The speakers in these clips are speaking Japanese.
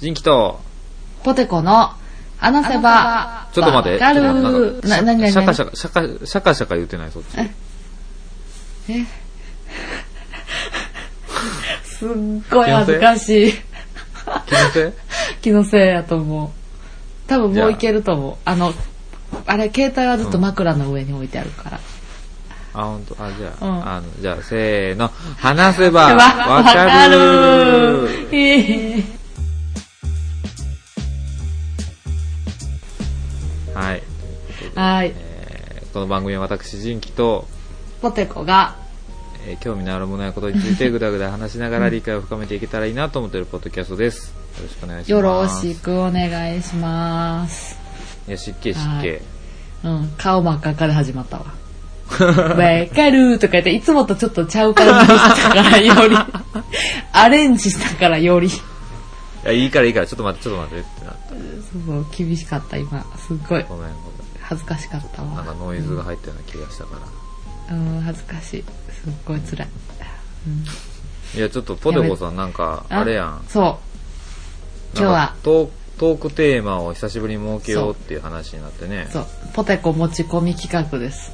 人気と、ポテコの、話せば、ちょっと待って。わかるちょっと待ってな、なになにシャなカにシャカ、シャカ、シャカシャカ言ってない、そっ ち。すっごい恥ずかしい。気のせい気のせいやと思う。多分もういけると思う。あの、あれ、携帯はずっと枕の上に置いてあるから。あ、ほんと。あ、じゃあ、うんあの、じゃあ、せーの。話せば、わ わかかるるええはい。 はい。えーこの番組は私、人気と、ポテコが、えー興味のあるものやことにつ いてぐだぐだ話しながら理解を深めていけたらいいなと思っているポッドキャストです。よろしくお願いします。よろし。くお願いします。いや、湿気湿は気い。うん、顔真っ赤っかで始まったわ。わかるとか言って、いつもとちょっとちゃう感じにしたからより、アレンジしたからより、そいや、いいからいいから、ちょっと待って、ちょっと待ってってなった。うそう、厳しかった今。すっごいごめん、ごめ恥ずかしかったん。なんかわ。ノイズが入ったような気がしたから。うん、恥ずかしい。すっごい辛い。いや、ちょっとポテコさんなんか、あれやん。そう。今日なんはか、トートークテーマを久しぶりに設けようっていう話になってね。そう、ポテコ持ち込み企画です。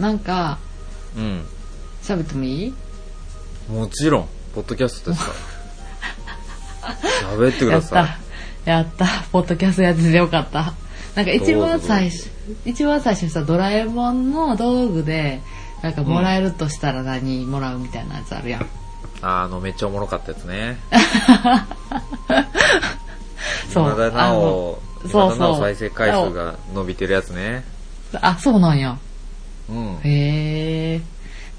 なんか、うん。喋ってもいいもちろん、ポッドキャストですから。喋ってくやだっさいた。。やった。ポッドキャストやっててよかった。なんか一どうぞどう番ぞ最初、一番最初にさ、ドラえもんの道具で、なんかもらえるとしたら何もらうみたいなやつ あるやん。あの、めっちゃおもろかったやつね。そうまだなお、あ未だなのそうおそう再生回数が伸びてるやつね。あ、そうなんや。うん。へえ。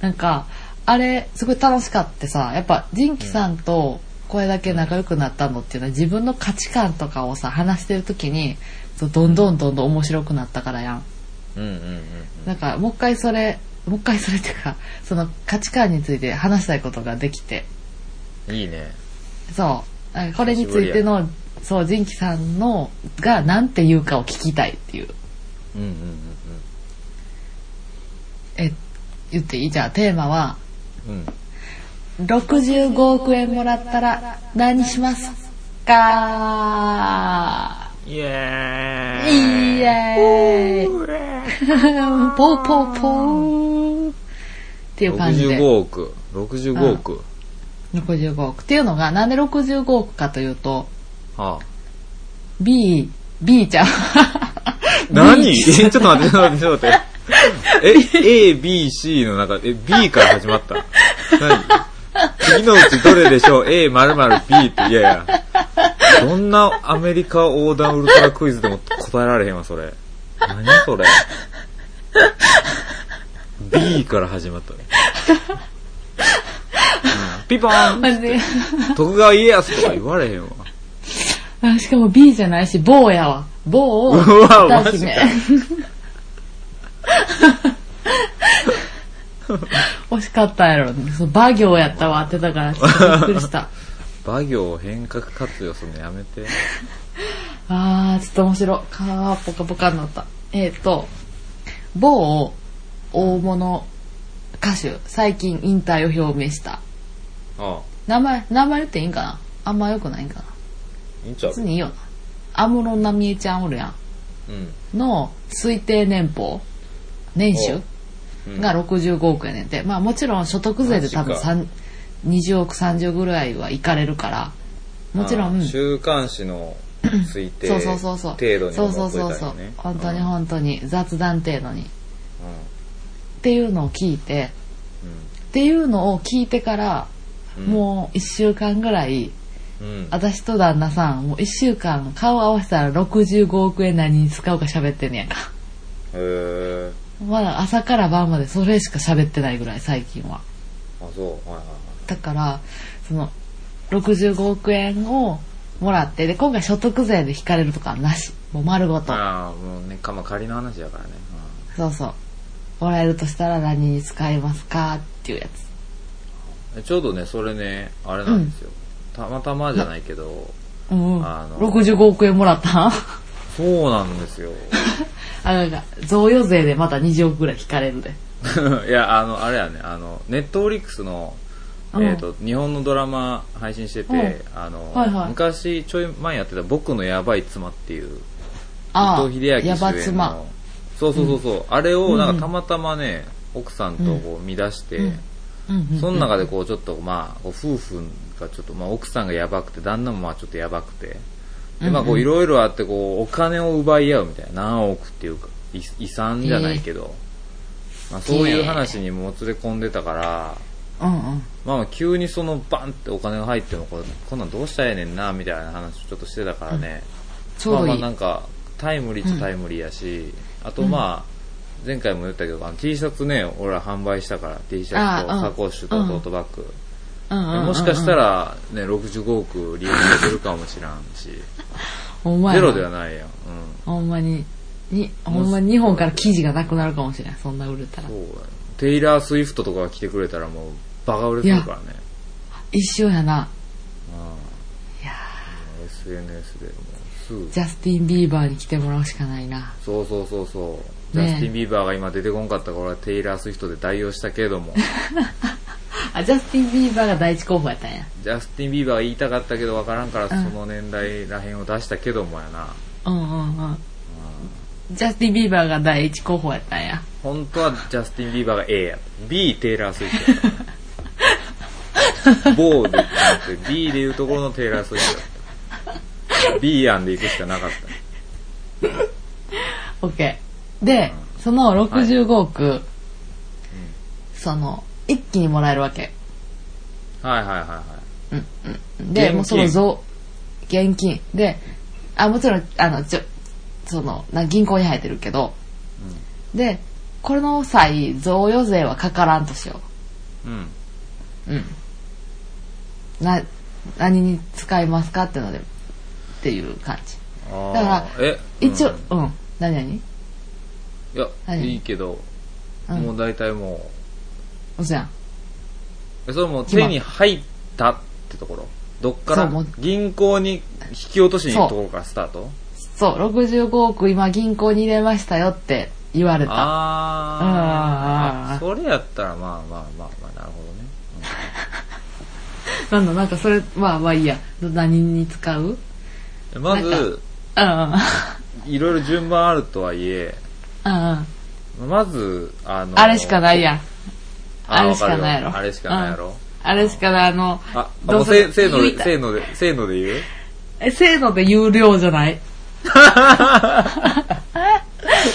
なんか、あれ、すごい楽しかってさ、やっぱ、ジンキさんとこれだけ仲良くなったのっていうのは、自分の価値観とかをさ、話してる時に、そうどんどんどんどん面白くなったからやん。うんうんうん。なんか、もう一回それ、もう一回それっていうか、 その価値観について話したいことができて、いいね。そう、なんかこれについての、そう、ジンキさんの、がなんて言うかを聞きたいっていう。うんうんえ、言っていいじゃあ、テーマは、うんうん。うん。 65億円もらったら何しますかイエイーイエーイ ポーポーポーっていう感じで。 65億。65億。 65億。っていうのが、なんで65億かというと、はあ B、B ちゃん。何ちょっと待って、ちょっと待って、ちょっと待って。え、A、B、C の中で、え、B から始まった。何次のうちどれでしょう ?A、〇〇 B って、いやいや。どんなアメリカ横断ウルトラクイズでも答えられへんわ、それ。何それ。B から始まったね。うんピポーンマジで徳川家康とか言われへんわ。あしかも B じゃないし、某やわ。某を、うわ歌マジ姫か。惜しかったやろ、ね。そう馬行やったわってだから、ちょっとびっくりした。馬行を変革活用するのやめて。あー、ちょっと面白い。皮がポカポカになった。えっ、ー、と、某大物歌手、最近引退を表明した。ああ、名前、名前言っていいんかなあんま良くないんかないいんちゃう別にいいよな。安室奈美恵ちゃんおるやうん。ん。の推定年俸、年お収うんが65億やねんて。まあもちろん所得税で多分マジか三20億、30ぐらいはいかれるから、もちろあんー、週刊誌の推定そ程うそうそうそう。度にそう思っそうといたそらういいそうね。本当にうん本当に、雑談程度に。っていうのを聞いて、っていうのを聞いてから、うんもう一週間ぐらい、うんうん私と旦那さん、もう一週間顔合わせたら65億円何に使うか喋ってんねやんか。へえまだ朝から晩までそれしか喋ってないぐらい、最近は。あそうはいはいはだから、その、65億円をもらって、で、今回所得税で引かれるとかはなし。もう丸ごいと。ああもうねかま仮の話やからねそうそう。もらえるとしたら何に使いますかっていうやつ。うんえちょうどねそれねあれなんですよたまたまじゃないけどうんうん。あの65億円もらった んそうなんですよ あ、なんか、贈与税でまた20億ぐらい引かれるで。いやあのあれやねあのネットフリックスのうんえー、と日本のドラマ配信してて、あのはいはい昔ちょい前やってた「僕のやばい妻」っていうあ伊藤英明主演のやば妻そうそうそうそう、あれうんうをんなんかたまたまね奥さんとこう見出して、うんうんうんその中でこうちょっとまあこう夫婦がちょっとまあ奥さんがやばくて旦那もまあちょっとやばくてでまあこううんうんいろいろあってこうお金を奪い合うみたいな何億っていうかい遺産じゃないけど、まあ、そういう話にもつれ込んでたから、うんうんまあまあ急にそのバンってお金が入ってもこれこんなんどうしたらええねんなみたいな話をちょっとしてたからね、ちょうどまいあい、まあなんかタイムリーっちゃタイムリーやし、あとまあ前回も言ったけどあの T シャツね俺ら販売したから T シャツあうとんサコッシュとトートバッグ、うんうんうんうんもしかしたらね65億利用してくるかもしらんしほんまやゼなロではないやん、うほんまににほんまに日本から記事がなくなるかもしれないそんな売れたらん、そうやテイラー・スウィフトとかが来てくれたらもうバカ売れするからね一緒やないいや SNS でもうすぐジャスティン・ビーバーに来てもらうしかないなそうそうそうそう、ねえジャスティン・ビーバーが今出てこんかったから俺はテイラー・スウィフトで代用したけれどもあジャスティン・ビーバーが第一候補やったんやジャスティン・ビーバーが言いたかったけどわからんからその年代らへんを出したけどもやな、うんうんうんジャスティン・ビーバーが第一候補やったんや本当はジャスティン・ビーバーが A や B テイラー・スウィフトやった 某で言って B でいうところのテイラー・スウィフトやった B 案で行くしかなかった OK でその65億、その一気にもらえるわけはいはいはいはい現で金もうその増現金であもちろんあのちょそのな銀行に入ってるけど、でこれの際贈与税はかからんとしようんううんな何に使いますかってのでっていう感じあーだからえ一応うんうん、何何いや、はいい、いけど、うんもう大体も嘘やんうえそれもう手に入ったってところどっかそうもらう銀行に引き落としに行くところからスタートそう65億今銀行に入れましたよって言われたあーあーあーあそれやったらまあまあまあまあなるほどねなんだなんかそれまあまあいいや何に使ううんえまなんずうんいろいろ順番あるとはいえうんまずあのあれしかないやん。ああれしかないわやかろ。るよあれしかないやろ、あれしかない、あの、ああどもううせせせーの言いでたせーのでせーので言うえ、せーので有料じゃない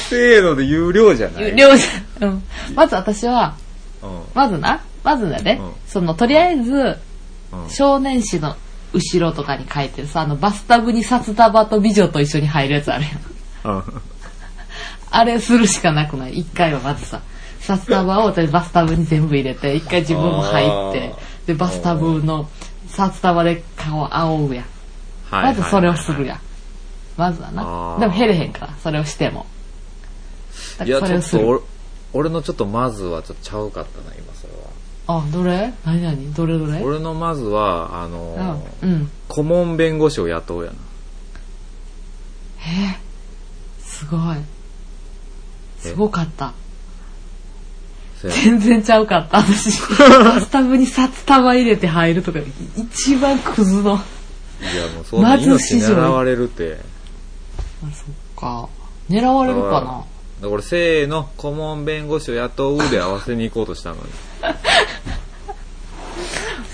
せーので有料じゃない有料じゃ、うん。まず私は、うんまずな、まずだね、うんその、とりあえず、うん少年誌の後ろとかに書いてるさ、あの、バスタブに札束と美女と一緒に入るやつあるやん。うんあれするしかなくない一回はまずさ、札束を私バスタブに全部入れて、一回自分も入ってあ、で、バスタブの札束で顔を仰ぐやん。はいまずそれをするやん。まずはあなー。でも減れへんから、それをしても。だいや、からそちれょをっすとる。俺、俺のちょっとまずはちょっとちゃうかったな、今それは。あ、どれ何何どれどれ俺のまずは、あのー、うん。うん。顧問弁護士を雇うやな。えーすごい。すごかった。せや全然ちゃうかっ た。私、バスタブに札束入れて入るとか、一番ク ズの。あ、いや、もうそんなまず命市場狙われるって。そっか。狙われるだからな。だから俺、せーの、顧問弁護士を雇うで合わせに行こうとした のに。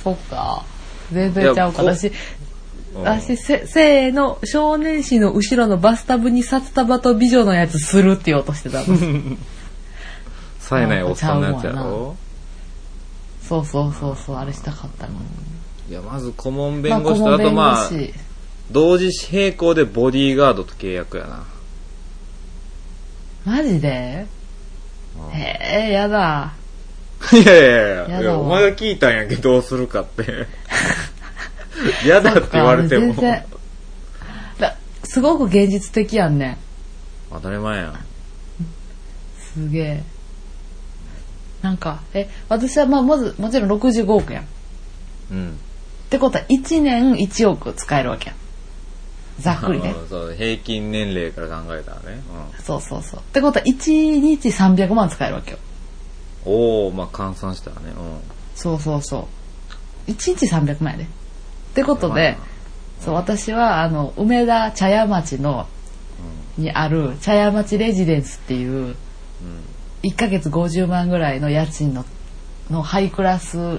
そっか。全然ちゃうか。いやこ私、うん私、せ、せーの、少年誌の後ろのバスタブに札束と美女のやつするって言おうとしてた の。冴えないおっさんのやつやなんかちゃうもんろ。そうそうそうそう、あれしたかったのに。いや、まず顧問弁護士まと、あとまああ顧、問弁護士同時並行でボディーガードと契約や な。マジでへえ、やだ。いやいやいや、やいだやわお前が聞いたんやけど、どうするか って。嫌だって言われてそもっか全。然だすごく現実的やんね。当たり前やん。すげえ。なんか、え、私はまあ、まず、もちろん65億やん。っうん。てことは、1年1億使えるわけやん。ざっくりね。うんそう平均年齢から考えたらね。そうそうそう。ってことは、1日300万使えるわけよ。うん、おおまあ換算したらね。そうそうそう。 1日300万やで。ってことで、そう私はあの梅田茶屋町のにある茶屋町レジデンスっていう1ヶ月50万ぐらいの家賃ののハイクラス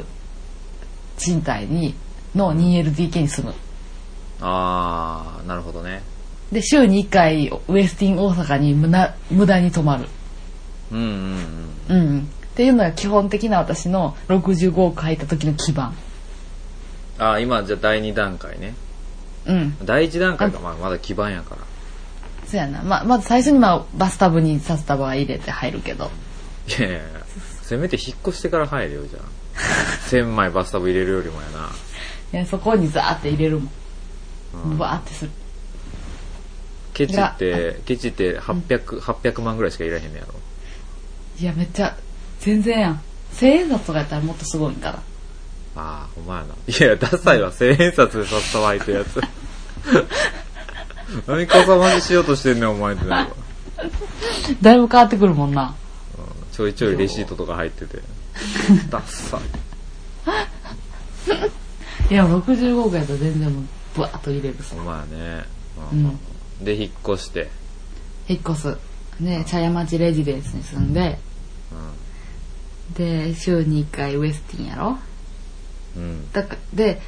賃貸にの 2LDK に住むあーなるほどねで週に1回ウエスティン大阪に無な無駄に泊まる、うんうんうん、っていうのが基本的な私の65億入った時の基盤うんあー今じゃあ第2段階ねうん第1段階がまあまだ基盤やからそうやな、まあ、まず最初に、まあ、バスタブに札束入れて入るけどいやいやいやせめて引っ越してから入れよじゃあ1000枚バスタブ入れるよりもやないやそこにザーって入れるもんバーってするケチっいてケチって800 800万ぐらいしかいらへんねやろいやめっちゃ全然やん千円札とかやったらもっとすごいんかなああほんまやないやダサいわ千円札で札束入ってるやつ 何かさまじしようとしてんねんお前ってなるわだいぶ変わってくるもんなちょいちょいレシートとか入っててダッサいいや65億やったら全然もうブワーッと入れるさほんまやね、ううんんで引っ越して引っ越すね茶屋町レジデンスに住んで、で週に1回ウエスティンやろうんだかで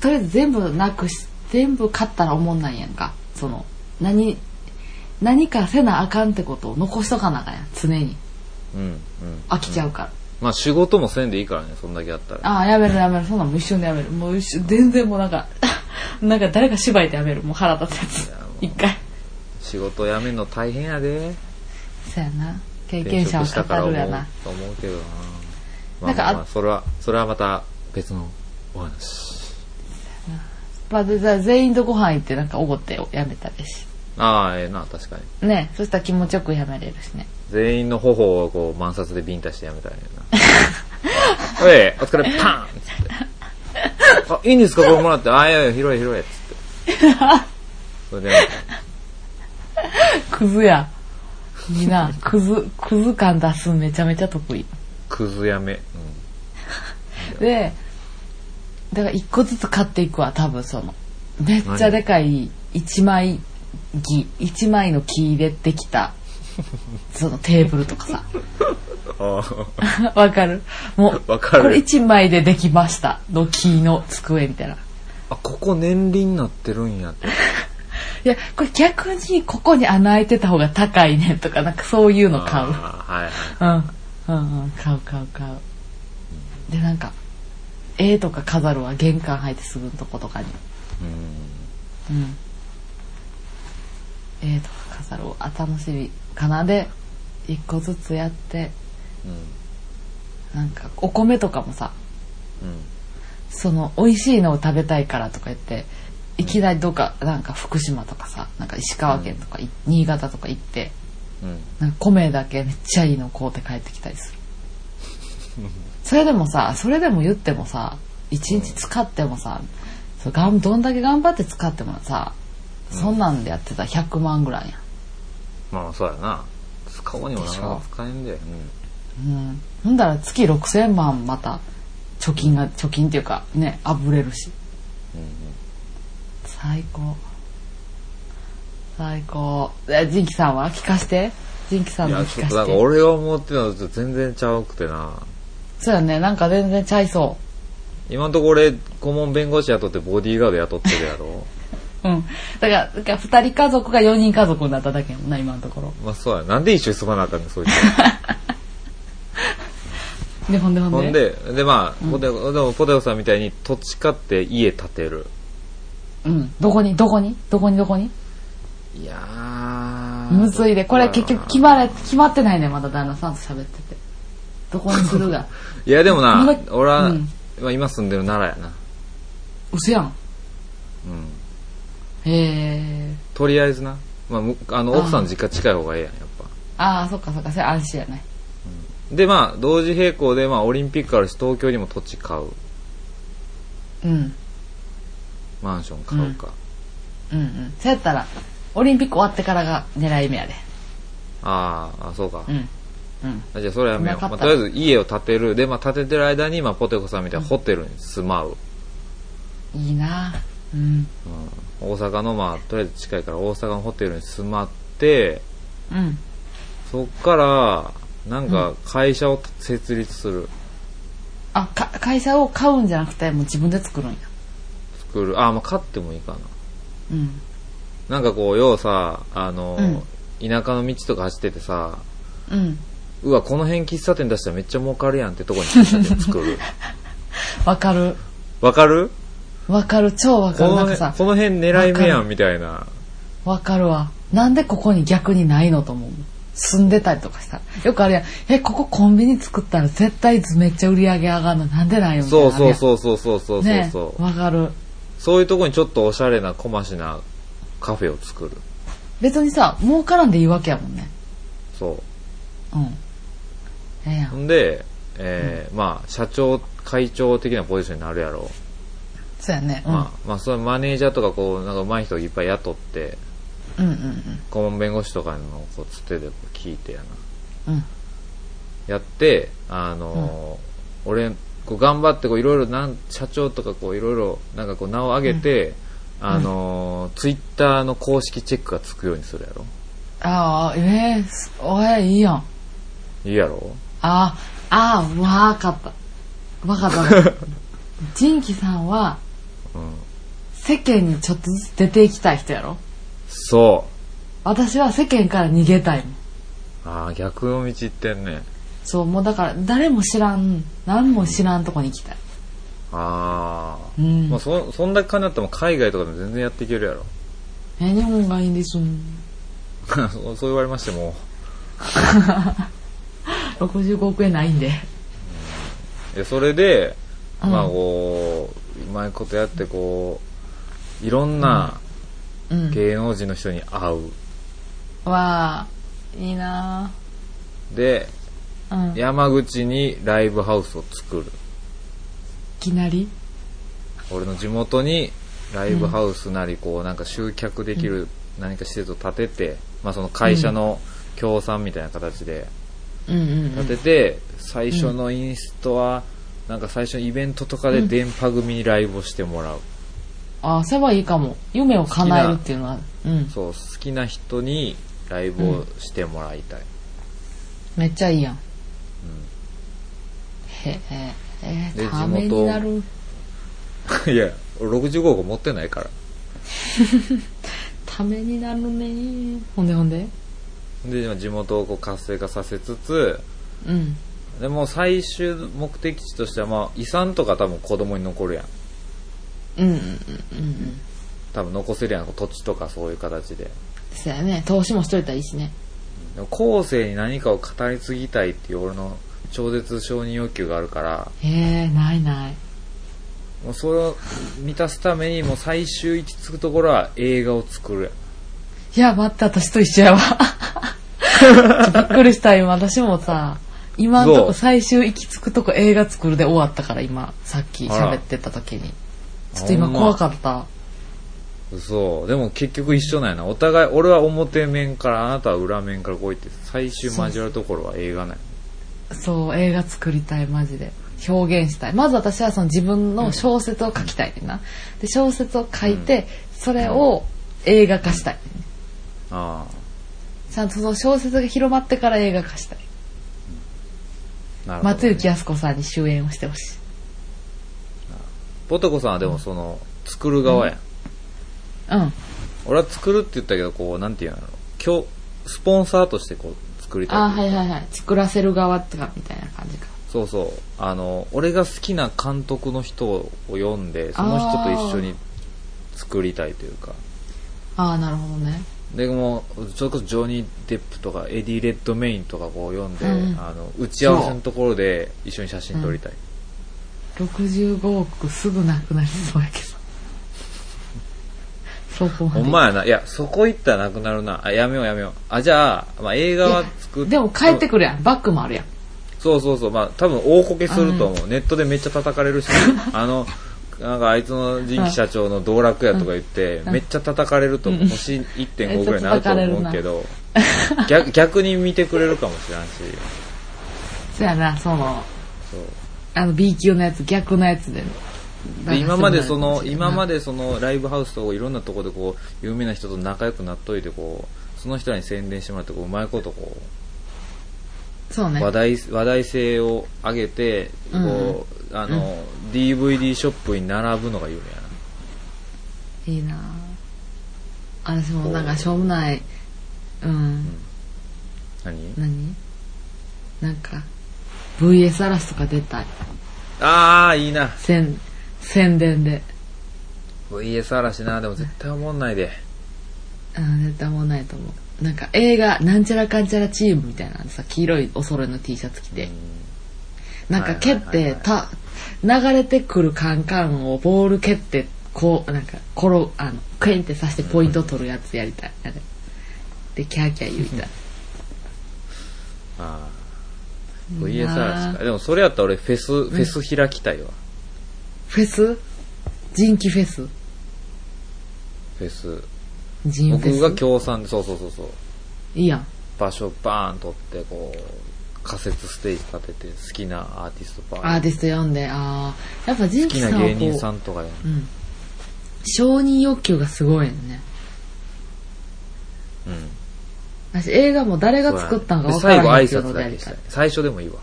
とりあえず全部なくし全部買ったらおもんないやんかその何何かせなあかんってことを残しとかなあかんやん常にうんうん飽きちゃうから、まあ仕事もせんでいいからねそんだけあったらああやめるやめるそんなんもう一瞬でやめるもう一瞬全然もうなんか なんか誰か芝居でやめるもう腹立つやつ一回仕事辞めんの大変やでそやな経転験者を職したから語思るやうなと思うけどなまなあんかまああまあそれはそれはまた別のお話まあ、でじゃあ全員とご飯行ってなんかおごってやめたりしああええな確かにねそしたら気持ちよくやめれるしね全員の頬をこう満札でビンタしてやめたらええな おいお疲れパーンっつってあいいんですかこれもらってああいやいや広い広いっつってそれでクズやみんなクズクズ感出すんめちゃめちゃ得意クズやめ、うん、 でだから一個ずつ買っていくわ多分そのめっちゃでかい一枚木一枚の木でできたそのテーブルとかさ ああわかるもうわかるこれ一枚でできましたの木の机みたいなあここ年輪になってるんやっていやこれ逆にここに穴開いてた方が高いねとかなんかそういうの買うああはいはいうんうんうん買う買う買うでなんか絵とか飾るは玄関入ってすぐのとことかにうん絵とか飾るは楽しみかなで一個ずつやってうんなんかお米とかもさうんその美味しいのを食べたいからとか言っていきなりどっかなんか福島とかさなんか石川県とかい、新潟とか行ってうんなんか米だけめっちゃいいの買うて帰ってきたりするそれでもさそれでも言ってもさ一日使ってもさ、そうがんどんだけ頑張って使ってもさそんなんでやってたら100万ぐらいやまあそうやな使おうにもなかなか使えんでうんん、うん、ほんだら月6000万また貯金が貯金っていうかねあぶれるし、最高最高えジンキさんは聞かしてジンキさんいのや、ち聞ょっかとなんしかて俺が思ってたのと全然ちゃうくてな。そうやねなんか全然ちゃいそ今のところ俺、顧問弁護士雇ってボディーガード雇ってるやろ。 ううんだからだから2人家族が4人家族になっただけやもんな今のところまあそうや。なんで一緒に住まなあかんねん、 そういうでほんでほんでほんで、でまあ、ポテでもポテオさんみたいに土地買って家建てる。うんどこにどこにどこにどこにいやー。むずいでこれ結局決ままれ決まってないねまだ旦那さんと喋っててどこにす るがいや、でもなまだ、俺は、うんまあ今住んでる奈良やな。嘘やんうん。へえとりあえずな。まあ、むあの、あー奥さん実家近い方がええやん、やっぱ。ああそっかそっかそれ安心やねで、まあ、同時並行で、まあ、オリンピックあるし、東京にも土地買う。うんマンション買うか。うんうんそうやったらオリンピック終わってからが狙い目やであーあ、そうか。うんうんあじゃあそれはやめよう、なかまったあ、とりあえず家を建てるで、まあ、建ててる間に、まあ、ポテコさんみたいなホテルに住まう、いいなうん大阪のまあとりあえず近いから大阪のホテルに住まってうんそっからなんか会社を設立する、あか会社を買うんじゃなくてもう自分で作るんや作るあまあ買ってもいいかなうんなんかこうようさあの、うん田舎の道とか走っててさうんうわこの辺喫茶店出したらめっちゃ儲かるやんってとこに喫茶店作るわかるわかるわかる超わこかのるなんか辺さこの辺狙い目やんみたいなわかるわなんでここに逆にないのと思う住んでたりとかしたらよくあるやんえここコンビニ作ったら絶対めっちゃ売り上げ上がるのなんでないよみたいそなうそううそうそうそうそうそう、ねわかるそういうとこにちょっとおしゃれなこましなカフェを作る別にさ儲からんでいいわけやもんねそううんええやほんんで、えーまあ社長会長的なポジションになるやろそうやねう、まあまあそれはマネージャーとかこうなんか上手い人いっぱい雇ってうんうんうん顧問弁護士とかのこうつてでこう聞いてやなうんうんやってあのー俺こう頑張ってこういろいろなん社長とかこういろいろなんかこう名を上げて、あのーツイッターの公式チェックがつくようにするやろああええすおいいいやんいいやろああ、ああ、わかった。わかったわかった。ジンキさんは、ん世間にちょっとずつ出ていきたい人やろそ私は世間から逃げたいもん。うああ逆の道行ってんねそう、もうだから誰も知らん、何も知らんとこに行きたい。ああ、うんまあ、そそんだけ金あっても海外とかでも全然やっていけるやろ え、日本がいいんです。そうそう言われましても65億円ないんで。いやそれで、うんまあこううまいことやってこういろんなうん。芸能人の人に会う、わあ、いいなであうん。い山口にライブハウスを作るきなり俺の地元にライブハウスなりこうなんか集客できる何か施設を建てて、まあ、その会社の協賛みたいな形でうんうん、う建ん。てて最初のインストはなんか最初のイベントとかで電波組にライブをしてもらう、ああ、それはいいかも。夢を叶えるっていうのは、うん。そう好きな人にライブをしてもらいたい、めっちゃいいやん。へえ、えでー、ためになる。 いや俺65号持ってないからためになるね。ほんでほんで。でまあ地元をこう活性化させつつうん。でもう最終目的地としては、まあ、遺産とか多分子供に残るやんうんうんうんうん。多分残せるやん土地とかそういう形でそやね。投資もしといたらいいしね。でも後世に何かを語り継ぎたいっていう俺の超絶承認欲求があるからへえ、ないない。もうそれを満たすためにもう最終行き着くところは映画を作るいや、待って、私と一緒やわ。 びっくりした、今。私もさ、今んとそうこ最終行き着くとこ映画作るで終わったから、今。さっきあら喋ってた時に。ちょっとほ今んま怖かった。そうでも結局一緒なんやなお互い俺は表面からあなたは裏面からこう言って最終交わるところは映画なんやそう、映画作りたい、マジで。表現したい。まず私はその自分の小説を書きたいねんな。で、小説を書いて、それを映画化したい。あちゃんとその小説が広まってから映画化したい。あなるほど、松ね、雪泰子さんに主演をしてほしい。ポテコさんはでもその作る側やん、うん。俺は作るって言ったけどこうなんていうんやろ今日スポンサーとしてこう作りたいあというかはいはいはい。作らせる側ってか、みたいな感じか。そうそうあの俺が好きな監督の人を読んでその人と一緒に作りたいというかああ、なるほどね。でもうそれこそジョニー・デップとかエディ・レッドメインとかこう読んで、うんあの打ち合わせのところで一緒に写真撮りたい、 65億すぐなくなりそうやけ ど。そこまほで。んまやないやそこ行ったらなくなるなあやめようやめようあじゃあ、まあ、映画は作っでも帰ってくるやん。バッグもあるやん。そうそうそうまあ多分大こけすると思う、ネットでめっちゃ叩かれる しあのなんかあいつの人気社長の道楽やとか言って、めっちゃ叩かれると思う、星1.5ぐらいになると思うけど逆逆に見てくれるかもしれんしそうやな、その、そうあの B 級のやつ、逆のやつで。で今までその今まで。でそのライブハウスとかいろんなところでこう有名な人と仲良くなっといてこうその人らに宣伝してもらってこううまいことこうそうね。話題話題性を上げてこう、あの DVD ショップに並ぶのが有名やいいなあ私もなんかしょうもない、うん、な何何なんか、VS 嵐とか出たい。ああいいな宣、宣伝で。 VS 嵐なでも絶対思んないでうん、絶対もうないと思う。なんか映画、なんちゃらかんちゃらチームみたいなさ、黄色いお揃いの T シャツ着て、なんか蹴っはいはいて、た、流れてくるカンカンをボール蹴って、こう、なんか、転ぶ、あの、クインって刺してポイント取るやつやりたい。あれで、キャーキャー言いたい。あーいい VS な嵐かでもそれやったら俺フェスフェス開きたいわ、フェス人気フェスフェス人フェ僕スが協賛でそうそうそうそういいやん。場所バーン取ってこう仮設ステージ立てて好きなアーティストバーンアーティスト読んで、ああ、やっぱ人好気きさなんはこう、芸人さんとかやんうん。承認欲求がすごいよね。うん私映画も誰が作ったんか分でから最後な挨いっていう拶のでやだけりしたたいい。最初でもいいわ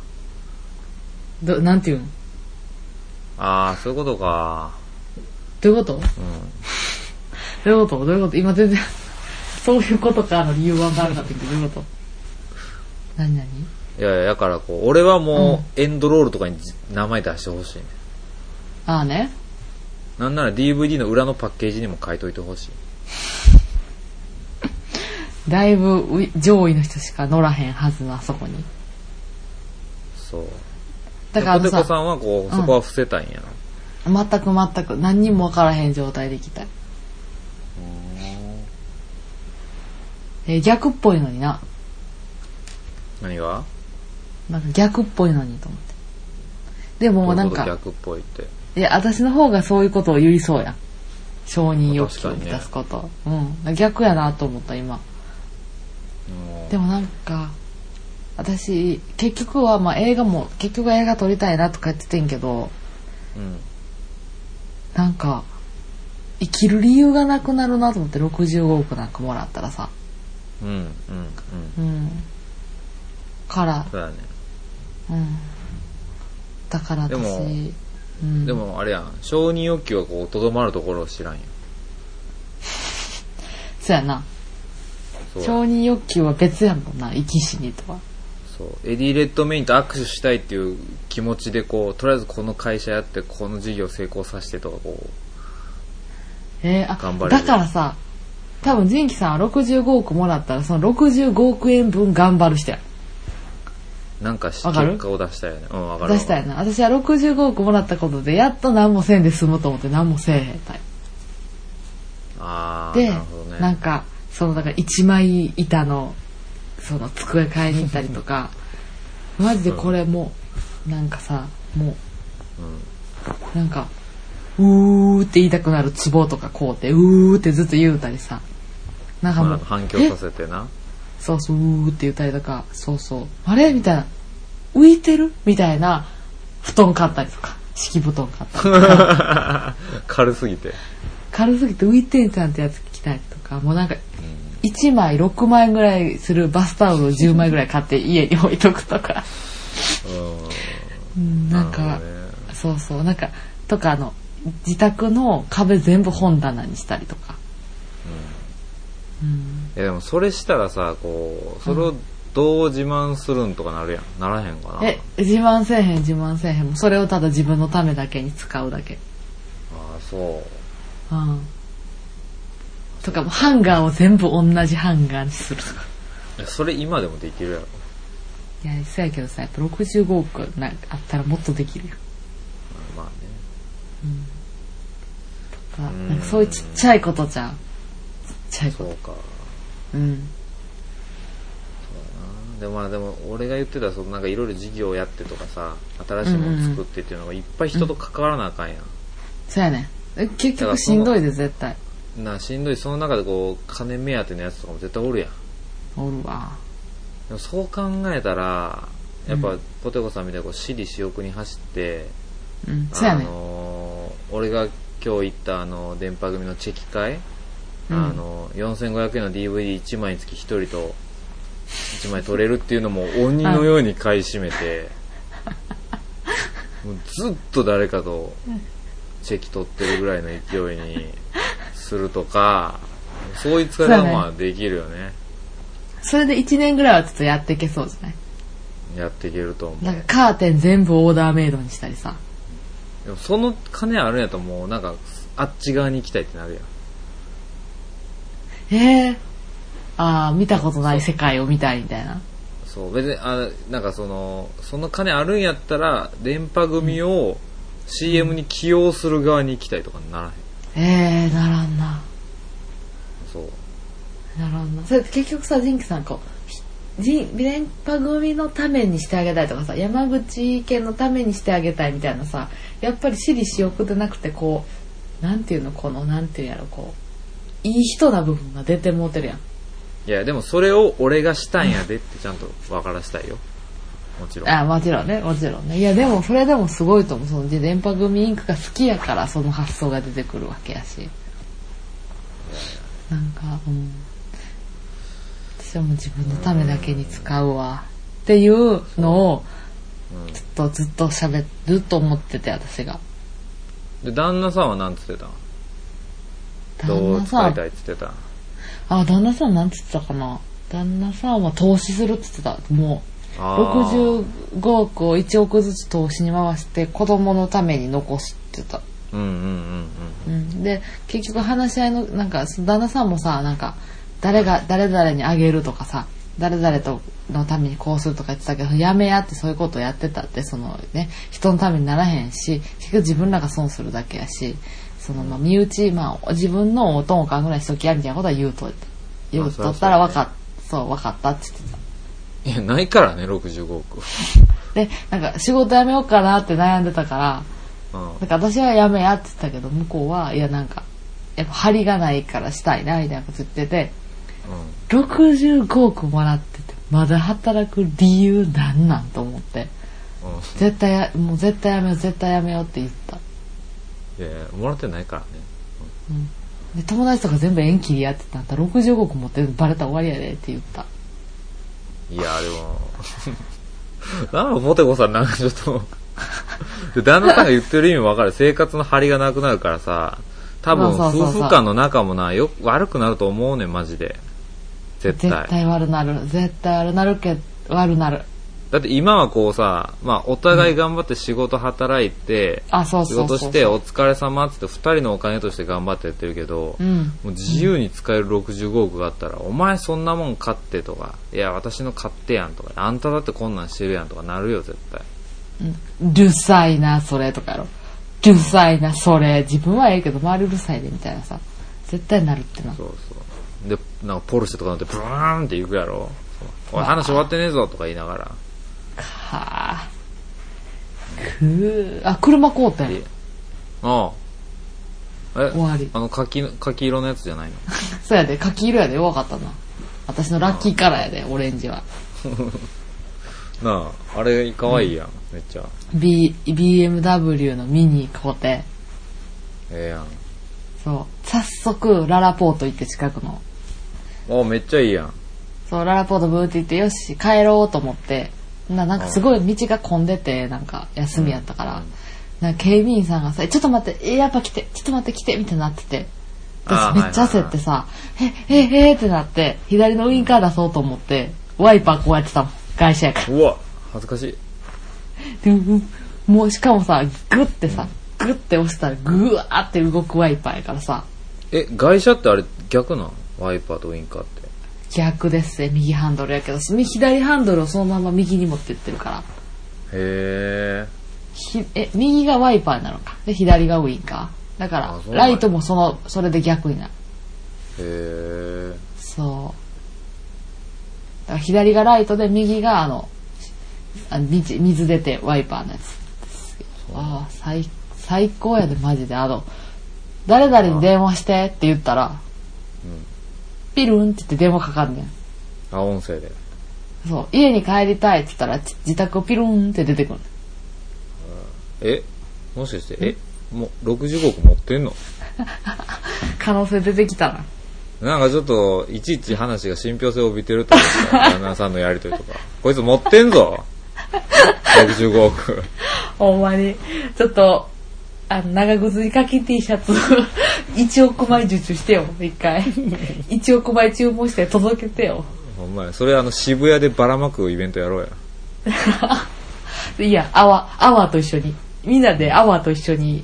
どなんていうのああそういうことかどういうことどういうことどういうこと今全然、 そういうことかの理由は分からなかったけど、どういうこと何何いやいやだからこう俺はもうエンドロールとかにじ名前出してほしいねああね。なんなら DVD の裏のパッケージにも書いといてほしいだいぶうい上位の人しか乗らへんはずのあそこに。そうだからあでのポテコささ、んはこううんそこは伏せたいんやな、全く全く何にも分からへん状態で行きたい。えー逆っぽいのにな。何がなんか逆っぽいのにと思って。でもなんどういうか、こと逆っぽいっていや、私の方がそういうことを言いそうやん。承認欲求確をかに満ねたすこと。うん。逆やなと思った、今。うんでもなんか、私、結局は、まあ映画も、結局は映画撮りたいなとか言っててんけど、うんなんか、生きる理由がなくなるなと思って65億なんかもらったらさ。うんうんうんうん。から、そうだねうん。だからでも私、うん。でもあれやん承認欲求はこうとどまるところを知らんやんそうやな。そう承認欲求は別やもんな生き死にとはそうエディ・レッドメインと握手したいっていう気持ちでこうとりあえずこの会社やってこの事業成功させてとかこえー、あ頑張れるだからさ多分仁キさんは65億もらったらその65億円分頑張る人やうなんかしわかる結果を出したいよねうんわかる出したやな私は65億もらったことでやっと何もせんで済むと思って何もせえへんタイあプあでなるほどねなんかそのだから一枚板のその机買いに行ったりとかマジでこれもうなんかさもうなんかうーって言いたくなるツボとかこうてうーってずっと言うたりさなんかまもあう反響えさせてなそうそう、うーって言ったりとか、そうそう、あれみたいな、浮いてるみたいな、布団買ったりとか、敷布団買った り。軽すぎて軽すぎて浮いてんじゃんってやつ着たりとか、もうなんか、1枚6万円ぐらいするバスタオルを10枚ぐらい買って家に置いとくとか、うんなんなかるほどね、そうそう、なんか、とかあの、自宅の壁全部本棚にしたりとか。いやでもそれしたらさこうそれをどう自慢するんとかなるやんならへんかなえ、自慢せえへん自慢せえへん、もうそれをただ自分のためだけに使うだけ。ああそううん。とかもうハンガーを全部同じハンガーにするとか。いやそれ今でもできるやろいや、そうやけどさ、やっぱ65億なんかあったらもっとできるよ。まあねとかなんかそういうちっちゃいことじゃん。ちっちゃいこそうかと。うん。でもまあでも俺が言ってたそのなんかいろいろ事業をやってとかさ新しいもの作ってっていうのがいっぱい人と関わらなあかんやん、そうやね。え結局しんどいで、絶対。なあしんどいその中でこう金目当てのやつとかも絶対おるやんおるわ。でもそう考えたらやっぱ、ポテコさんみたいにこう私利私欲に走って、うん、そうあやねん。のー俺が今日行ったあの電波組のチェキ会、うんあの4500円の DVD1 枚につき1人と1枚取れるっていうのも鬼のように買い占め て、もうずっと誰かとチェキ取ってるぐらいの勢いにするとかそういう疲れはまあできるよねそれで1年ぐらいはちょっとやっていけそうじゃないやっていけると思うなんかカーテン全部オーダーメイドにしたりさ。でもその金あるんやともうなんかあっち側に行きたいってなるやんえー、ああ、見たことない世界を見たいみたいな。そう別にあなんかそのその金あるんやったら電波組を CM に起用する側に行きたいとかならへんえー、ならんな。そうなるほどなそれ結局さジンキさんこうジン連覇組のためにしてあげたいとかさ山口県のためにしてあげたいみたいなさやっぱり私利私欲でなくてこうなんていうのこのなんていうんやろこういい人な部分が出てもうてるやんいやでもそれを俺がしたんやでってちゃんと分からしたいよもちろんあもちろんねもちろんねいやでもそれでもすごいと思うそので連覇組インクが好きやからその発想が出てくるわけやしなんかうん私はもう自分のためだけに使うわっていうのをうんちょっとずっと喋ると思ってて私がで旦那さんは何つってたんどう旦那さ使いたんいっつってたんあ旦那さんなんつってたかな旦那さんは投資するって言ってたもうあー65億を1億ずつ投資に回して子供のために残すって言ってたうんうんうんうん、で結局話し合いのなんかその旦那さんもさなんか誰が誰々にあげるとかさ誰々とのためにこうするとか言ってたけどやめやってそういうことをやってたってそのね人のためにならへんし結局自分らが損するだけやしそのまあ身内、まあ、自分のおとんおかんぐらいしときやみたいなことは言うと言うとったら分かっそう分かったって言ってた。うんいやないからね65億でなんか仕事辞めようかなって悩んでたからうんなんか私はやめやって言ったけど向こうはいやなんかやっぱ張りがないからしたいなみたいなこと言ってて65億もらっててまだ働く理由なんなんと思ってうんうん絶対やもう絶対やめよう絶対やめようって言ったいやいやもらってないからねで友達とか全部縁切りやってたんだ65億持ってるのバレたら終わりやでって言ったいや、でも、なんかモテコさんなんかちょっとで、旦那さんが言ってる意味わかる。生活の張りがなくなるからさ、多分まあそうそう夫そう婦間の仲もな、よく悪くなると思うねん、マジで。絶対。絶対悪なる絶対悪なるけ悪なるだって今はこうさ、まあお互い頑張って仕事働いて、あそう仕そうそ事しうてお疲れ様っつって二人のお金として頑張ってやってるけど、うんもう自由に使える65億があったら、お前そんなもん買ってとか、いや私の買ってやんとか、あんただってこんなんしてるやんとかなるよ、絶対。うるさいな、それとかやろ。うるさいな、それ。自分はええけど、周りうるさいで、みたいなさ。絶対なるってな。そうそう。で、なんかポルシェとか乗ってブーンって行くやろ。そうおい、話終わってねえぞとか言いながら。はあ。くー。あ、車買うたんやでああ。え終わりあの柿の、柿色のやつじゃないのそうやで、柿色やで、弱かったな。私のラッキーカラーやで、オレンジは。なあ、あれ可愛いやん、めっちゃ。 B、BMW のミニ買うて。ええやん。そう。早速、ララポート行って近くの。おめっちゃいいやん。そう、ララポートブーって行って、よし、帰ろうと思って、ななんかすごい道が混んでて、なんか休みやったから、なんか警備員さんがさ、えちょっと待って、えやっぱ来て、ちょっと待って来て、みたいになってて。あー私めっちゃ焦ってさ、え、え、え、えってなって、左のウインカー出そうと思って、ワイパーこうやってたもん。外車やから。うわ、恥ずかしい。でうもうしかもさ、グってさ、グって押したらグワーって動くワイパーやからさ、え、外車ってあれ逆なんワイパーとウインカーって。逆ですね、右ハンドルやけど、み左ハンドルをそのまま右に持ってってるから。へえ。ひえ右がワイパーなのかで左がウインカーだあかそうなんらやライトもそのそれで逆になるへえ。そうだから左がライトで右があのあ水水出てワイパーのやつですよああ最最高やでマジであの誰々に電話してって言ったら、ピルンって言って電話かかんねんあ、音声で。そう家に帰りたいって言ったらち自宅をピローンって出てくるえもしかして、えもう65億持ってんの可能性出てきたななんかちょっと、いちいち話が信憑性を帯びてると思ったよ旦那さんのやりとりとか。 こいつ持ってん ぞ !65 億。ほんまにちょっとあの長靴にかけ T シャ ツ1億枚受注してよ一 回1億枚注文して届けてよほんまや。それあの渋谷でばらまくイベントやろうや。いやアワアワーと一緒にみんなでアワーと一緒に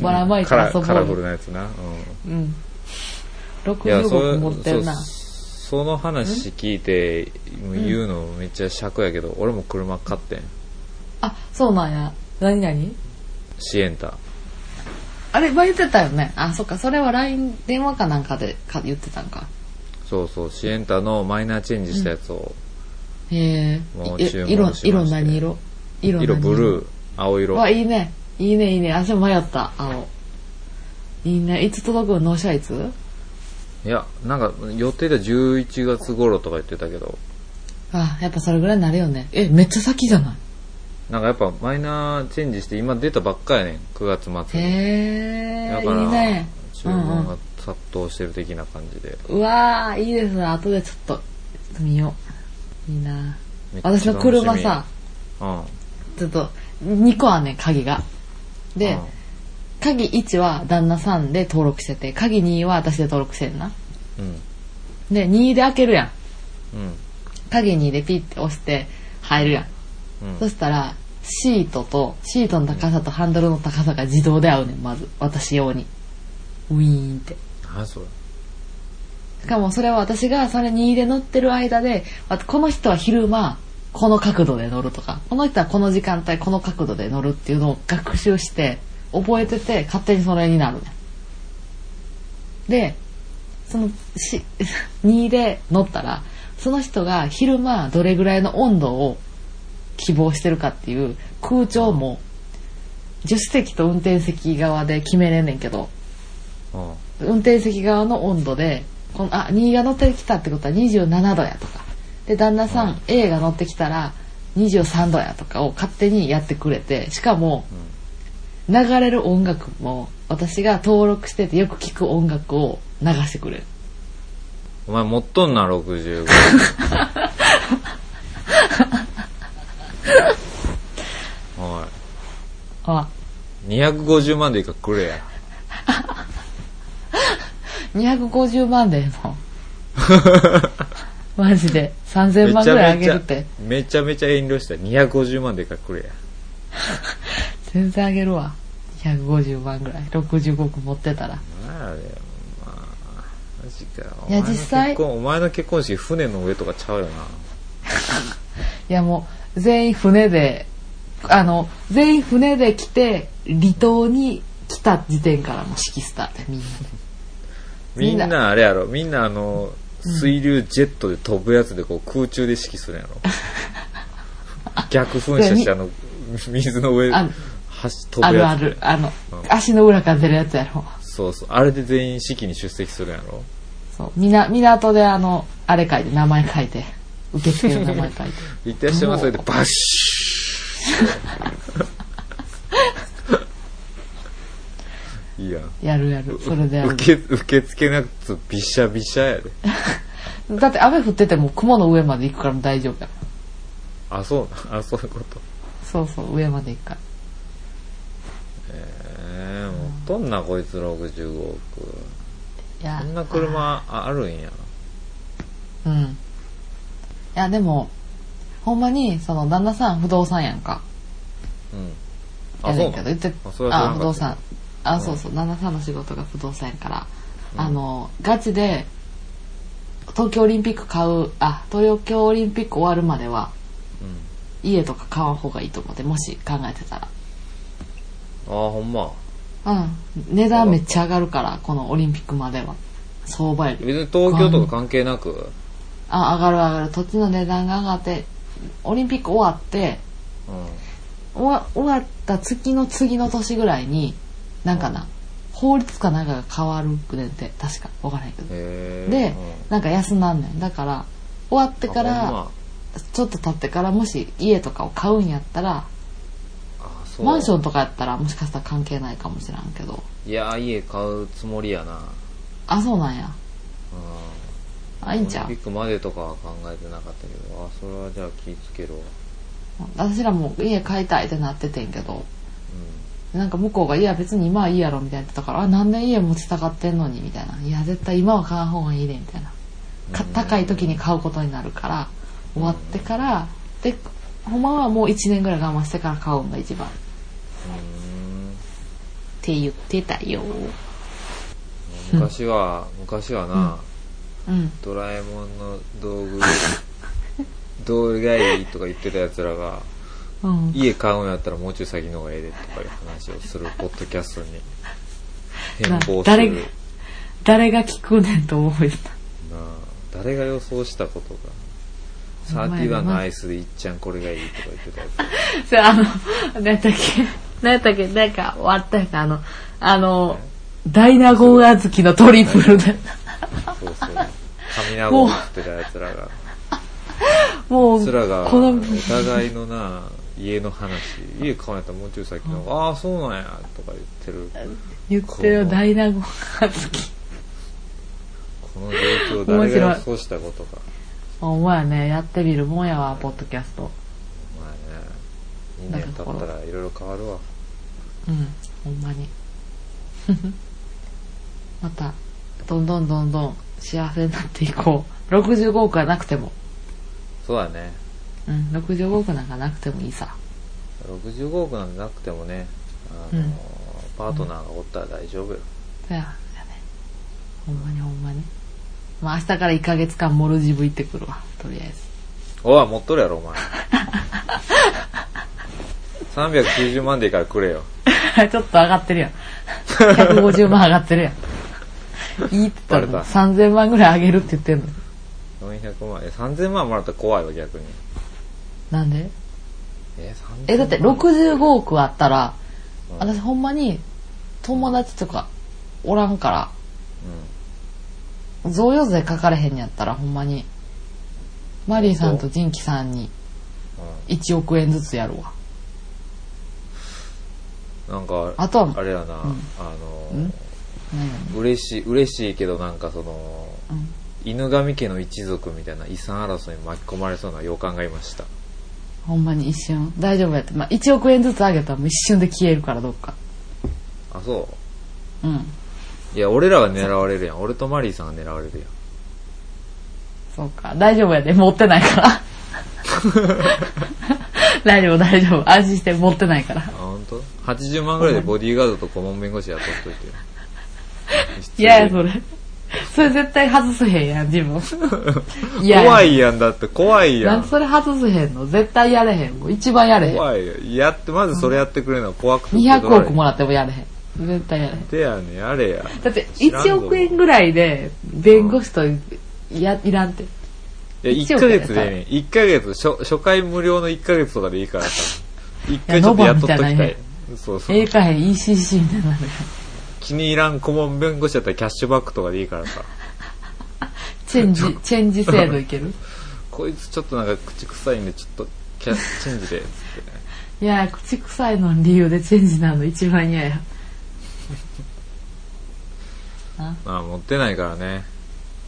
ばらまいてカラ遊ぼうカラフルよなやつな。うん。うんいや、そ65れ億持ってるなそその話聞いて言うのめっちゃ尺やけど、俺も車買ってん。あそうなんや何何シエンタ。あれ前言ってたよねあそっかそれは LINE 電話かなんかでか言ってたんかそうそう、シエンタのマイナーチェンジしたやつを、へもうえい注文し色まして色何色色色ブルーー、青色。わいいねいいねいいねあじゃあ迷った青いいねいつ届くの納車いついや、なんか予定では11月頃とか言ってたけど、あやっぱそれぐらいになるよねえめっちゃ先じゃないなんかやっぱマイナーチェンジして今出たばっかやねん、9月末に。へだえいかいらね、注文が殺到してる的な感じで。うわーいいですね後でちょっと見よういいなめっちゃ楽し私みの車さうん。ちょっと2個あんねん鍵がで、うん鍵1は旦那さんで登録してて鍵2は私で登録してんなうん。で2で開けるやんうん。鍵2でピッて押して入るやん、うんそしたらシートとシートの高さとハンドルの高さが自動で合うねんまず私用にウィーンって何それ。しかもそれは私がそれ2で乗ってる間であこの人は昼間この角度で乗るとかこの人はこの時間帯この角度で乗るっていうのを学習して覚えてて勝手にそれになるねんでそのし 2で乗ったらその人が昼間どれぐらいの温度を希望してるかっていう空調も助手席と運転席側で決めれんねんけどうん。運転席側の温度でこのあ2が乗ってきたってことは27度やとかで旦那さん A が乗ってきたら23度やとかを勝手にやってくれてしかも流れる音楽も私が登録しててよく聞く音楽を流してくれるお前持っとんな、65。おあい。250万でいいからくれや。 250万で もマジで3000め万ちぐらいゃあめげちるっゃて、めちゃめちゃ遠慮した。250万でいいからくれや。全然あげるわ150万ぐらい65億持ってたらなんやあれまあマジかいやお前の実際結婚お前の結婚式船の上とかちゃうよないやもう、全員船で、あの、全員船で来て、離島に来た時点からもう式スタートみんなで。みみんんななあれやろみんなあの水流ジェットで飛ぶやつでこう空中で指揮するん やろ逆噴射してあの水の上あ走飛あぶるやあつでる、あのう、ん足の裏から出るやつやろ。そうそうあれで全員式に出席するんやろそう、みな、港であの、あれ書いて、名前書いて、受付の名前書い「て。いってらっしゃいませ」でバシュ ーいいやんやるやる、それでやる。受け受付のやつびしゃびしゃやでだって雨降ってても雲の上まで行くから大丈夫やからあ、そうな、あ、そういうこと。そうそう、上まで行くから。ええもうとんな、こいつ65億。いやこんな車ああるんや。うん。いや、でも、ほんまに、その、旦那さん不動産やんか。うん。やあ、そねうんけなどの言ってあそれは知らあな不か動った産あ、そうそう旦那さんの仕事が不動産やから、うんあのガチで東京オリンピック買うあ東京オリンピック終わるまではうん。家とか買わん方がいいと思ってもし考えてたらあ、ほんま。うん値段めっちゃ上がるからこのオリンピックまでは相場より別に東京とか関係なく、あ上がる上がる土地の値段が上がってオリンピック終わってうん。終わ終わった月の次の年ぐらいになんかな法律かなんかが変わるくねんて確か分からへんけどへえ。でうなんか休まんねんだから終わってんかあほんらまちょっと経ってからもし家とかを買うんやったらあそうマンションとかやったらもしかしたら関係ないかもしらんけどいや家買うつもりやなあそうなんやうあいんいんちゃオうリンピックまでとかは考えてなかったけどあそれはじゃあ気ぃつけろ、うん、私らも家買いたいってなっててんけどなんか向こうが「いや別に今はいいやろ」みたいな言ってたから「あ何年家持ちたがってんのに」みたいな「いや絶対今は買わん方がいいで」みたいなか高い時に買うことになるから終わってからでほんまはもう1年ぐらい我慢してから買うんが一番っうんて言ってたよ昔は昔はな、うんドラえもんの道具道具がいいとか言ってたやつらがうん家買うんやったらもうちょい先の方がええでとかいう話をするポッドキャ ストに変貌す誰るが誰が聞くねんと思いたなあ誰が予想したことかサおーテ前ィワはンなのアイスでいっちゃんこれがいいとか言ってたやつそれあの、何やったっけ何やったっけなんか、あったやんか、あの、あの、ダイナゴン小豆のトリプルで。そうそう神名をってたやつらがもやう、つらがこのお、互いのな家の話家買うんやったらもうちょい先の方がああそうなんやとか言っ てる言ってるよこのダイナゴン小豆。この状況誰が予想したことかお前やね、やってみるもんやわ、ポッドキャスト。まあね2年経ったらいろいろ変わるわうん、ほんまに。 また、どんどんどんどん幸せになっていこう。65億はなくても。そうだねうん、65億なんかなくてもいいさ。 65億なんてなくてもねあの、うんパートナーがおったら大丈夫よ、そうや、そうやね。ほんまにほんまに。まあ明日から1ヶ月間モルジブ行ってくるわ、とりあえず。おい持っとるやろお 前390万でいいからくれよ ちょっと上がってるやん。150万上がってるやん。いいって言っバたらレた3000万ぐらい上げるって言ってんのに。 400万え3000万もらったら怖いわ逆になんでえ3000万え、だって65億あったら、うん私ほんまに友達とかおらんかうら、贈与税かかれへんやったらほんまに、マリーさんとジンキさんん、にう1億円ずつやるわ。ん、なんかあとはあれやな、うんあうん何々の嬉しい嬉しいけどなんかそのうん犬神家の一族みたいな遺産争いに巻き込まれそうな予感がいましたほんまに一瞬。大丈夫やって。まあ、1億円ずつあげたらもう一瞬で消えるから、どっか。あそうん。ういや俺らが狙われるやん俺とマリーさんが狙われるやんそうか。大丈夫やで。持ってないから。 大丈夫、大丈夫。安心して持ってないからあ。本当？80万ぐらいでボディーガードと顧問弁護士雇っといてよ いやいや、それ。それ絶対外せへんやん、自分。いや怖。いやんだって怖いやなんんでそれ外せへんの絶対やれへん。もう一番やれへん。怖いよやってまずそれやってくれるのは怖くて200億もららってもやれへん。絶対やれへん。ってやねやれやだって、知らんぞ1億円ぐらいで、弁護士とや、いらんって。いや、一1応ヶ月でね、1ヶ月、初初回無料の1ヶ月とかでいいからさ、1回ちょっとやっとっときいやノバみたいたないね。そうそええう。かへん、ECC みたいになるやん。気に入らん顧問弁護士だったらキャッシュバックとかでいいからさ、チェンジ、チェンジ制度いけるこいつちょっとなんか口臭いんで、ちょっとキャッチェンジで、つってね。いや、口臭いのに理由でチェンジなの一番嫌や。あまあ、持ってないからね。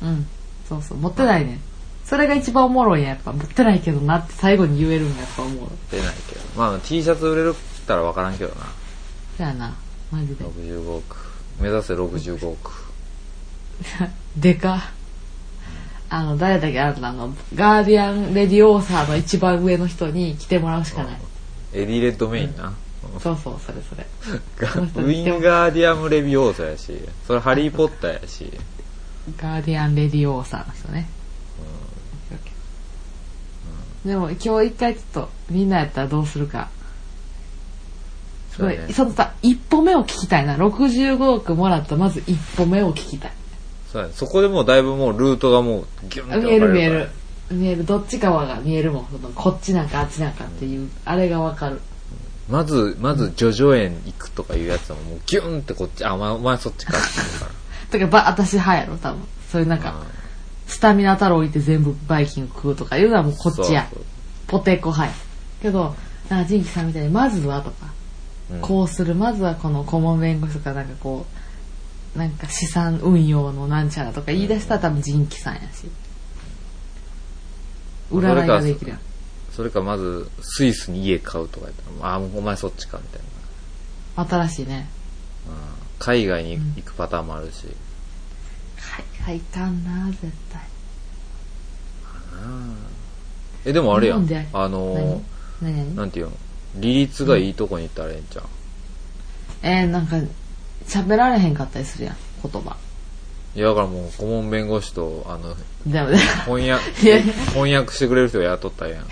うん。そうそう、持ってないね。それが一番おもろいやん、やっぱ。持ってないけどなって最後に言えるんや、やっぱおもろい。出ないけど。まあ、T シャツ売れるったらわからんけどな。そやな、マジで。 65億。目指せ65億。でか。あの、誰だっけあんたあの、ガーディアン・レディオーサーの一番上の人に来てもらうしかない。エディレッドメインな。そうそう、それそれ。がウィンガーディアムレビオーサやし、それハリーポッターやし。ガーディアン・レディオーサーの人ね。でも今日一回ちょっとみんなやったらどうするか。すごい、そうだねそのさ、一歩目を聞きたいな。65億もらったまず一歩目を聞きたい。そうだねそこでもうだいぶもうルートがもうギュンって見え分るか見えれるる。見える。どっちかはが見えるもん。そのこっちなんかあっちなんかっていう、あれがわかる。まずまず叙々苑行くとかいうやつはもうギュンってこっちあお前お前そっちかって言うからとかば、私派やろ、多分。そういうなんか、スタミナ太郎行って全部バイキング食うとかいうのはもう こっちやそうポテコはいけどなんか仁義さんみたいにまずはとか、うんこうするまずはこの顧問弁護士とかなんかこうなんか資産運用のなんちゃらとか言い出したら多分仁義さんやしそれか占いができるやんそれかまずスイスに家買うとか言ったらああお前そっちかみたいな新しいね海外に行くパターンもあるし、海外いかんな絶対えでもあれやなんんであの何何ー、々なんていうの利率がいいとこに行ったらええんちゃう、えー、なんか喋られへんかったりするやん言葉いやだからもう顧問弁護士とあのでもね翻訳 いやいや翻訳してくれる人雇ったらええやんい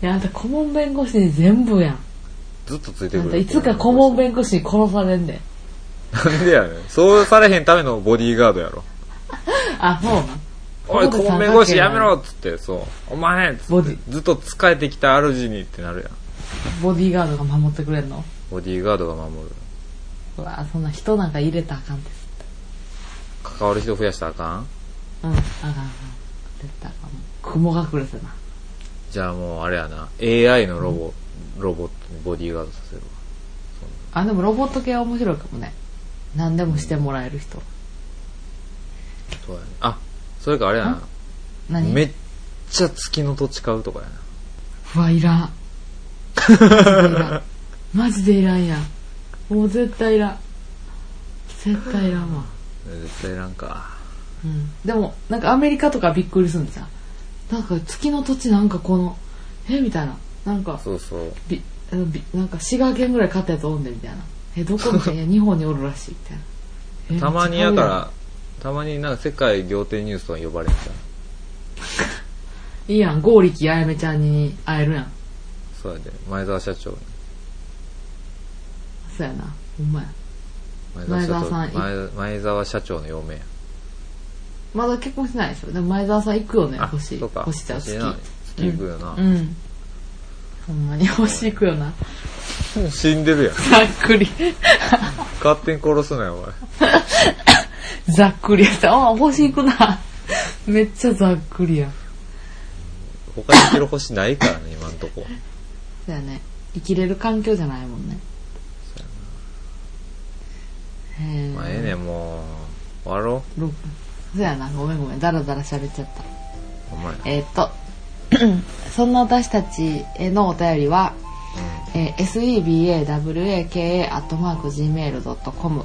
やあんた顧問弁護士に全部やんずっとついてあくんるたいつか顧問弁護士に殺されんで護士なんでやねんそうされへんためのボディーガードやろあそうなんおい、顧顧問問弁弁護護士士やめろっつって、そう。お前っつボっデてィ、ずっと使えてきた主にってなるやん。ボディーガードが守ってくれんのボディーガードが守る。うわそんな人なんか入れたらあかんです関わる人増やしたらあかんうんあかんあかん絶対あかん雲隠れてなじゃあもうあれやな、AI のロボ、ロボットにボディーガードさせるわ。あでもロボット系は面白いかもね何でもしてもらえる人そうやね。あ、それかあれやな。何めっちゃ月の土地買うとかやな。うわいらんマジでいらんやんもう絶対いらん絶対いらんわ絶対なんか。うんでもなんかアメリカとかびっくりするんじゃんなんか月の土地なんかこのえみたいななんかそうそう。びあのびなんか滋賀県ぐらい買ったやつおんでみたいなえどこみ たいないや日本におるらしいみたいなえたまにやかめっちゃ買うやら、たまになんか世界仰天ニュースとか呼ばれるじゃん。んいいやん剛力あやめちゃんに会えるやんそうやで。前澤社長に。そうやなほんまや前前澤さんい前前澤社長の嫁や。まだ結婚してないでしょでも前澤さん行くよねあ、星そうか。星ちゃん好き星な月行くよな。うんほんまに星行くよな死んでるやん。ざっくり勝手に殺すなよ、お前。ざっくりやったあ星行くなめっちゃざっくりや他に生きる星ないからね、今んとこ。そうやね生きれる環境じゃないもんねそうやなへえまあ、ええねん、もう。終わろろそうやなごめんごめんだらだら喋っちゃったう。お前。えーっと そんな私たちへのお便りは、えー sebawaka.gmail.com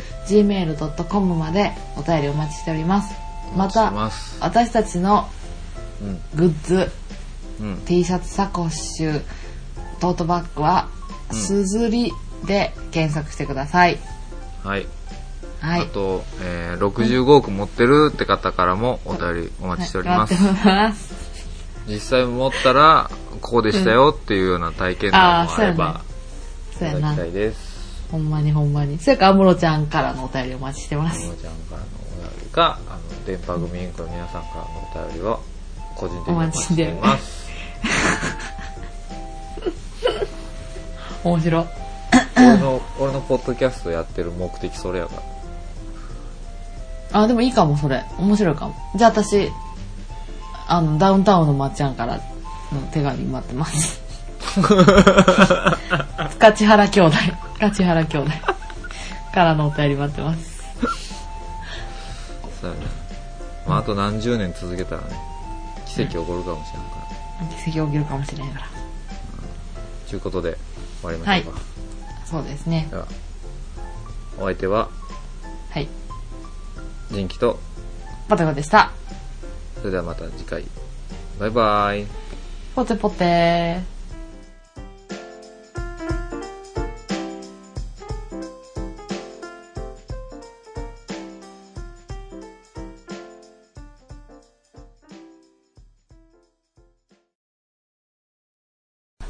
sebawaka.gmail.com までお便りお待ちしておりますまおた待ちしてま私たちのうんグッズ、うん。 T シャツサコッシュトートバッグは「すずり」で検索してください、はい。はあいと、えー、65億持ってるって方からもお便りお待ちしております。はい待ってます実際持ったら、こうでしたよっていうような体験談もあれば、そういやただきなたいです。ほんまにほんまにそれから安室ちゃんからのお便りお待ちしてまもすもちゃんからのお便りか、あの、電波組委員会の皆さんからのお便りを、個人的にお待ちしています。面白い俺の、俺のポッドキャストやってる目的それやから。あでもいいかもそれ面白いかもじゃあ私あのダウンタウンのまっちゃんからの手紙待ってます 塚地原兄弟塚地原兄弟からのお便り待ってますそうやね。まあ、あと何十年続けたらね、奇跡起こるかもしれんから。奇跡起きるかもしれないからということで、終わりましょうか。そうですねでは、お相手は、はい人気と、パタコでしたそれではまた次回。バイバイ。ポテポテーい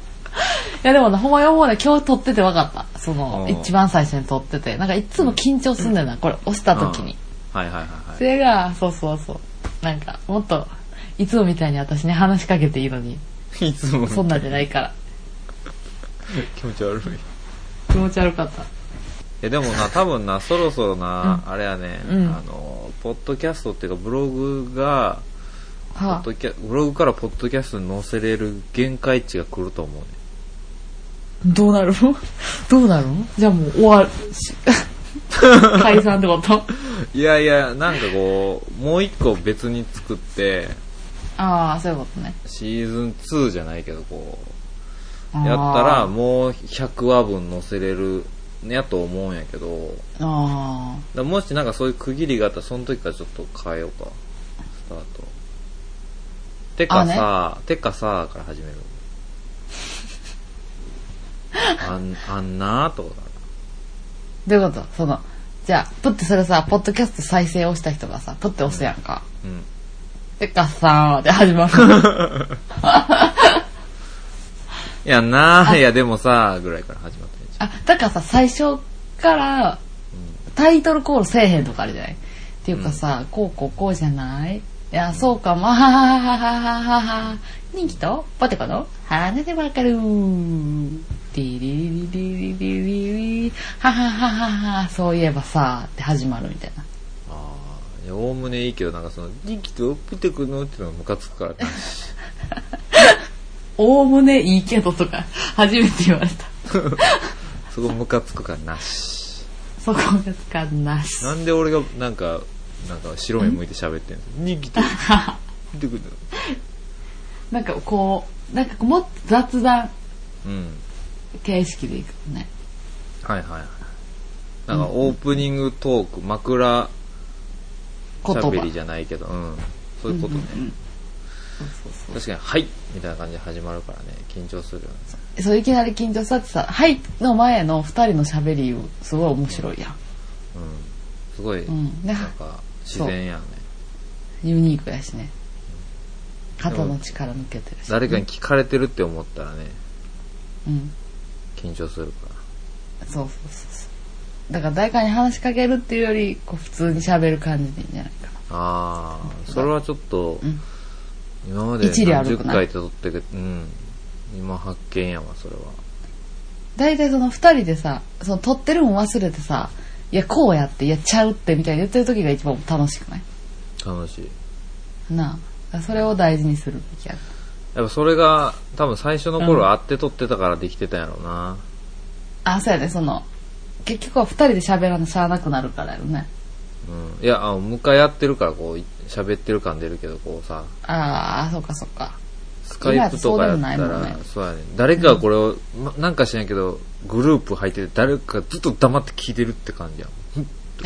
やでもな、ほんまに思うね、今日撮ってて分かった。その、うん一番最初に撮ってて。なんかいつも緊張すんだよな、これ押した時に。うん。はいはいはいはいそ。れが、そうそうそう。なんか、もっと、いつもみたいに私に話しかけていいのに、 いつもそんなんじゃないから。気持ち悪い。気持ち悪かった。やでもな、多分な、そろそろな、あれやね、うんあの、ポッドキャストっていうか、ブログが、ポッはドキャブログからポッドキャストに載せれる限界値が来ると思うね。どうなる のどうなるのじゃあもう終 わるし解散ってこと いやいや、なんかこう、もう一個別に作って、ああそういうことねシーズン2じゃないけど、こやう、やったら、もう100話分載せれる、やと思うんやけど、あだからもしなんかそういう区切りがあったら、その時からちょっと変えようか。スタート。てかさ、てかさ、から始める。あん、あんなーとかーどういうことそのじゃあプッてそれさポッドキャスト再生をした人がさプッて押すやんか、だな。てかさーで始まるうん。いや、なー、いや、でもさ、ぐらいから始まったんじゃ。あだからさ最初からタイトルコールせえへんとかあるじゃないっていうかさ、こうこうこうじゃないいやそうかまあははははははは人気とポテコの羽でわかるディリリリリリリリはははははそういえばさって始まるみたいなんあーいや、おおむねいいけど、なんかその、リキとプテクのっていうのがムカつくからな。おおむねいいけどとか初めて言われたすごいムカつくからなし。そこがつかんなしなんで俺が、なんか、なんか白目向いて喋ってんのリキとプテクの。なんかこうなんかもっと雑談うん。形式でいくねはいはいはい。なんかオープニングトーク、枕言葉喋りじゃないけど、うん。そういうことね。うんうんうんそうそうそう確かに、はいみたいな感じで始まるからね、緊張するよね。そういきなり緊張したってさ「はい」の前の2人のしゃべりすごい面白いやん、うん。すごい、うん、でなんか、自然やね。ユニークやしね肩の力抜けてるし誰かに聞かれてるって思ったらね、うん緊張するから。そうそうそうそうだから誰かに話しかけるっていうよりこう普通にしゃべる感じでいいんじゃないかなああ、それはちょっと、うん今まで一理ある10くない回と撮ってけうん。今発見やわ、それは。大体その2人でさその撮ってるん忘れてさ「いやこうやっていやちゃうって」みたいに言ってる時が一番楽しくない楽しい。なあそれを大事にするべきややっぱそれが、多分最初の頃うん会って撮ってたからできてたんやろうな。あそうやねその結局は2人で喋らなしゃあなくなるからやろねうん。いや、あの、向かい合ってるから、こう、い喋ってる感出るけど、こうさ、ああそうかそうかスカイプとかやった今やそうでもら、ないもんねそうやね。誰かがこれを、ま、なんか知らんけど、グループ入ってて、誰かがずっと黙って聞いてるって感じ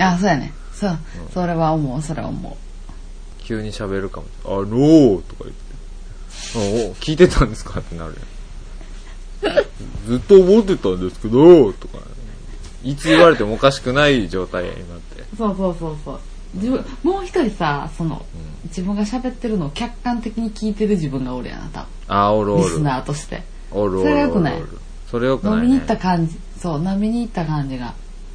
やん。あそうやねそう、それは思うそれは思急に喋るかも。あのーとか言って。あお聞いてたんですかってなるやんずっと思ってたんですけど、とか。いつ言われてもおかしくない状態や、今って。うそうそうそうそう自分もう一人さその、自分が喋ってるのを客観的に聞いてる自分がおるやな多あー、おるお分る。リスナーとしておるおるおるおる。それ良くないそれよくない、飲ね。みに行った感じそう飲みに行った感じが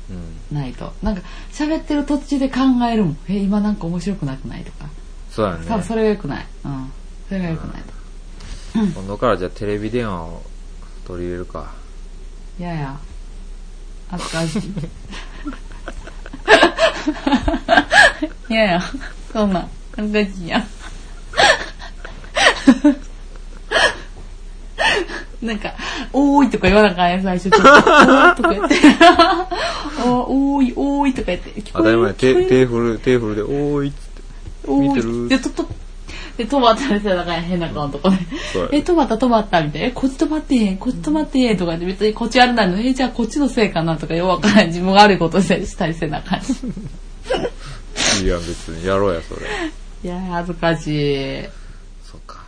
うん。ないとなんか喋ってる途中で考えるもんえ今なんか面白くなくないとかそうやね。多分それが良くないうんそれが良くないと今度からじゃあテレビ電話を取り入れるか。いやいや恥ずかしいいやいやそんなん恥ずかしいやんなんか「おーい」とか言わなあかんやん最初ちょっと「おーい」と か言って「おーいおーい」とか言って聞当たりこ前、える聞こ手、える手振る、手振るで、おーいっつって。お見てーるいでととで止まったりしたらなんか変な顔のとこでそうやえ、止まった止まったみたいな。え、こっち止まってへん、こっち止まってへんとかで別にこっちやらないの。え、じゃあこっちのせいかなとかようわからん。自分が悪いことしたりしたりせな感じ。 いいやん、別に。やろうや、それ。いや、恥ずかしい。そうか。